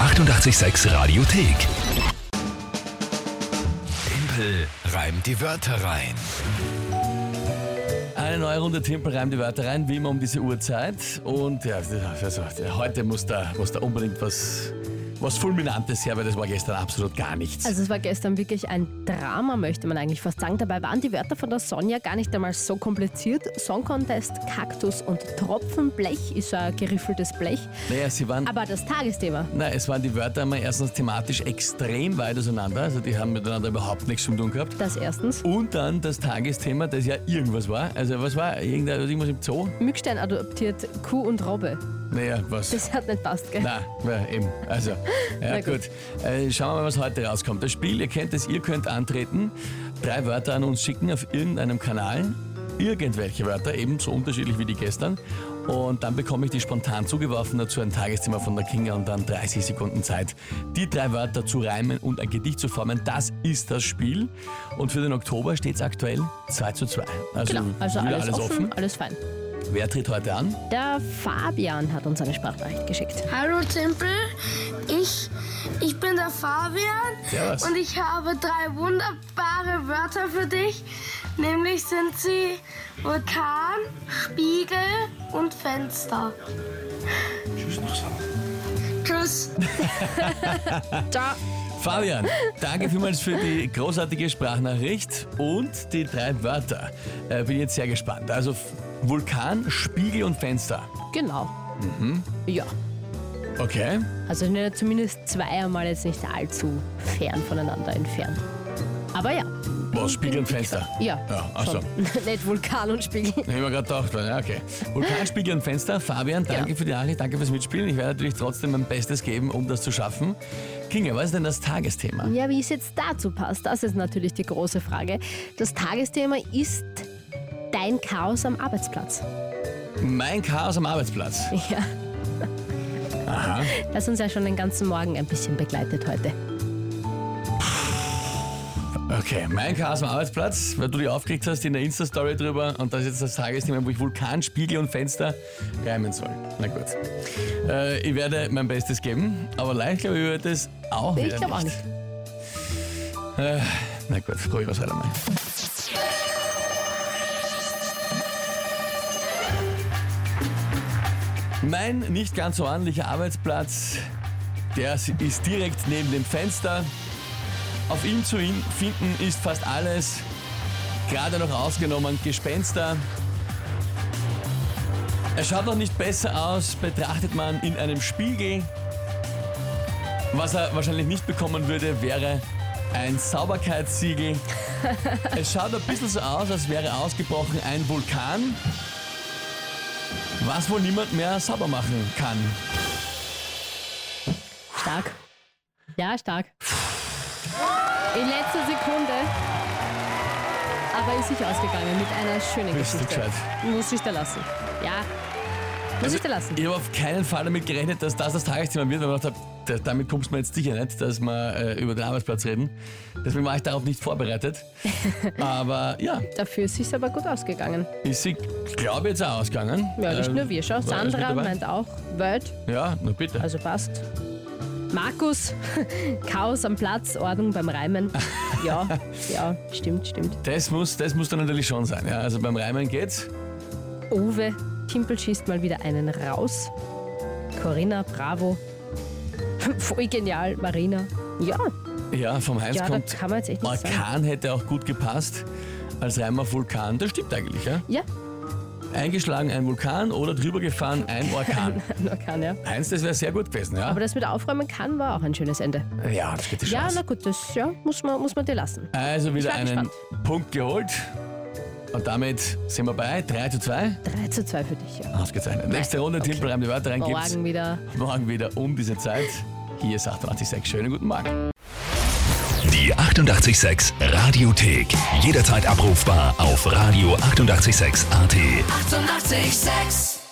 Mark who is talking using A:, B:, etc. A: 886 Radiothek. Tempel reimt die Wörter rein.
B: Eine neue Runde Tempel reimt die Wörter rein, wie immer um diese Uhrzeit. Und ja, also, heute muss da, muss da unbedingt was, was Fulminantes her, weil das war gestern absolut gar nichts.
C: Also es war gestern wirklich ein Drama, möchte man eigentlich fast sagen. Dabei waren die Wörter von der Sonja gar nicht einmal so kompliziert. Song Contest, Kaktus und Tropfenblech ist so ein geriffeltes Blech.
B: naja, sie waren,
C: Aber das Tagesthema.
B: nein, es waren die Wörter einmal erstens thematisch extrem weit auseinander, also die haben miteinander überhaupt nichts zu tun gehabt.
C: Das erstens.
B: Und dann das Tagesthema, das ja irgendwas war. Also was war? Irgendein, irgendwas im Zoo?
C: Mückstein adoptiert Kuh und Robbe.
B: Naja, was?
C: Das hat nicht passt, gell?
B: Na, ja, eben. Also, ja,
C: Na
B: gut.
C: gut.
B: Äh, schauen wir mal, was heute rauskommt. Das Spiel, ihr kennt es, ihr könnt antreten, drei Wörter an uns schicken auf irgendeinem Kanal. Irgendwelche Wörter, eben so unterschiedlich wie die gestern. Und dann bekomme ich die spontan zugeworfen, dazu ein Tageszimmer von der Kinga und dann 30 Sekunden Zeit, die drei Wörter zu reimen und ein Gedicht zu formen. Das ist das Spiel. Und für den Oktober steht es aktuell 2 zu 2. Also,
C: Genau, also
B: wieder
C: alles, offen, alles fein.
B: offen. Wer tritt heute an?
C: Der Fabian hat uns eine Sprachnachricht geschickt.
D: Hallo Tempel, ich, ich bin der Fabian
B: Servus.
D: und ich habe drei wunderbare Wörter für dich. Nämlich sind sie Vulkan, Spiegel und Fenster. Tschüss.
C: Ciao.
B: Fabian, danke vielmals für die großartige Sprachnachricht und die drei Wörter. Äh, bin jetzt sehr gespannt. Also F- Vulkan, Spiegel und Fenster.
C: Genau. Ja,
B: Okay.
C: also ne, zumindest zweimal jetzt nicht allzu fern voneinander entfernt. Aber ja.
B: Was, Spiegel und Fenster?
C: Ja,
B: Ja, ach so.
C: schon. nicht Vulkan und Spiegel.
B: Ich habe mir gerade gedacht, weil, ja, okay. Vulkan, Spiegel und Fenster. Fabian, danke
C: Ja.
B: für die Nachricht, danke fürs Mitspielen. Ich werde natürlich trotzdem mein Bestes geben, um das zu schaffen. Kinga, was ist denn das Tagesthema?
C: Ja, wie es jetzt dazu passt, das ist natürlich die große Frage. Das Tagesthema ist dein Chaos am Arbeitsplatz.
B: Mein Chaos am Arbeitsplatz.
C: Ja. Das uns ja schon den ganzen Morgen ein bisschen begleitet heute.
B: Okay, mein Chaos am Arbeitsplatz, weil du dich aufgeregt hast in der Insta-Story drüber und das ist jetzt das Tagesthema, wo ich Vulkan, Spiegel und Fenster reimen soll. Na gut. Äh, ich werde mein Bestes geben, aber leicht glaube ich würde es auch
C: Ich
B: wieder
C: glaube auch nicht.
B: Äh, na gut, probieren wir es weiter mal. Mein nicht ganz so ordentlicher Arbeitsplatz, der ist direkt neben dem Fenster. Auf ihm zu hin finden ist fast alles. Gerade noch ausgenommen Gespenster. Er schaut noch nicht besser aus, betrachtet man in einem Spiegel. Was er wahrscheinlich nicht bekommen würde, wäre ein Sauberkeitssiegel. es schaut ein bisschen so aus, als wäre ausgebrochen ein Vulkan, was wohl niemand mehr sauber machen kann.
C: Stark. Ja, stark. In letzter Sekunde. Aber ist sich ausgegangen mit einer schönen
B: Bist du
C: Geschichte. Muss ich da lassen. Ja. Muss
B: Also
C: ich da lassen.
B: Ich habe auf keinen Fall damit gerechnet, dass das das Tagesthema wird, weil ich mir gedacht hab, da- damit kommst du mir jetzt sicher nicht, dass wir äh, über den Arbeitsplatz reden. Deswegen war ich darauf nicht vorbereitet. Aber ja,
C: Dafür ist es aber gut ausgegangen.
B: ist sie, glaube jetzt auch ausgegangen.
C: Ja, nicht
B: Äh,
C: nur wir. Schau,
B: war alles mit
C: Sandra
B: dabei?
C: meint auch Welt,
B: Ja, na bitte.
C: also passt. Markus, Chaos am Platz, Ordnung beim Reimen. Ja, ja, stimmt, stimmt.
B: Das muss, das muss dann natürlich schon sein. Ja, also beim Reimen geht's.
C: Uwe, Timpel schießt mal wieder einen raus. Corinna, bravo. Voll genial, Marina. Ja,
B: Ja, vom Heinz
C: ja, da
B: kommt.
C: kann man jetzt echt nicht sagen.
B: Orkan hätte auch gut gepasst. Als Reim auf Vulkan, das stimmt eigentlich, ja?
C: Ja,
B: Eingeschlagen ein Vulkan oder drüber gefahren ein Orkan.
C: ein Orkan, ja.
B: Heinz, das wäre sehr gut gewesen, ja?
C: Aber das mit Aufräumen kann war auch ein schönes Ende.
B: Ja, das geht die
C: Ja,
B: Chance.
C: na gut, das ja, muss, man, muss man dir lassen.
B: Also wieder
C: Ich war
B: einen Punkt geholt. Und damit sind wir bei 3 zu 2.
C: 3 zu 2 für dich, ja.
B: Ausgezeichnet. Nächste Runde, okay. Timpel, reim die Wörter rein, gibt's
C: Morgen wieder.
B: morgen wieder um diese Zeit. Hier ist 886. Schönen guten Morgen.
A: Die 886 Radiothek. Jederzeit abrufbar auf radio886.at. 886!
E: 886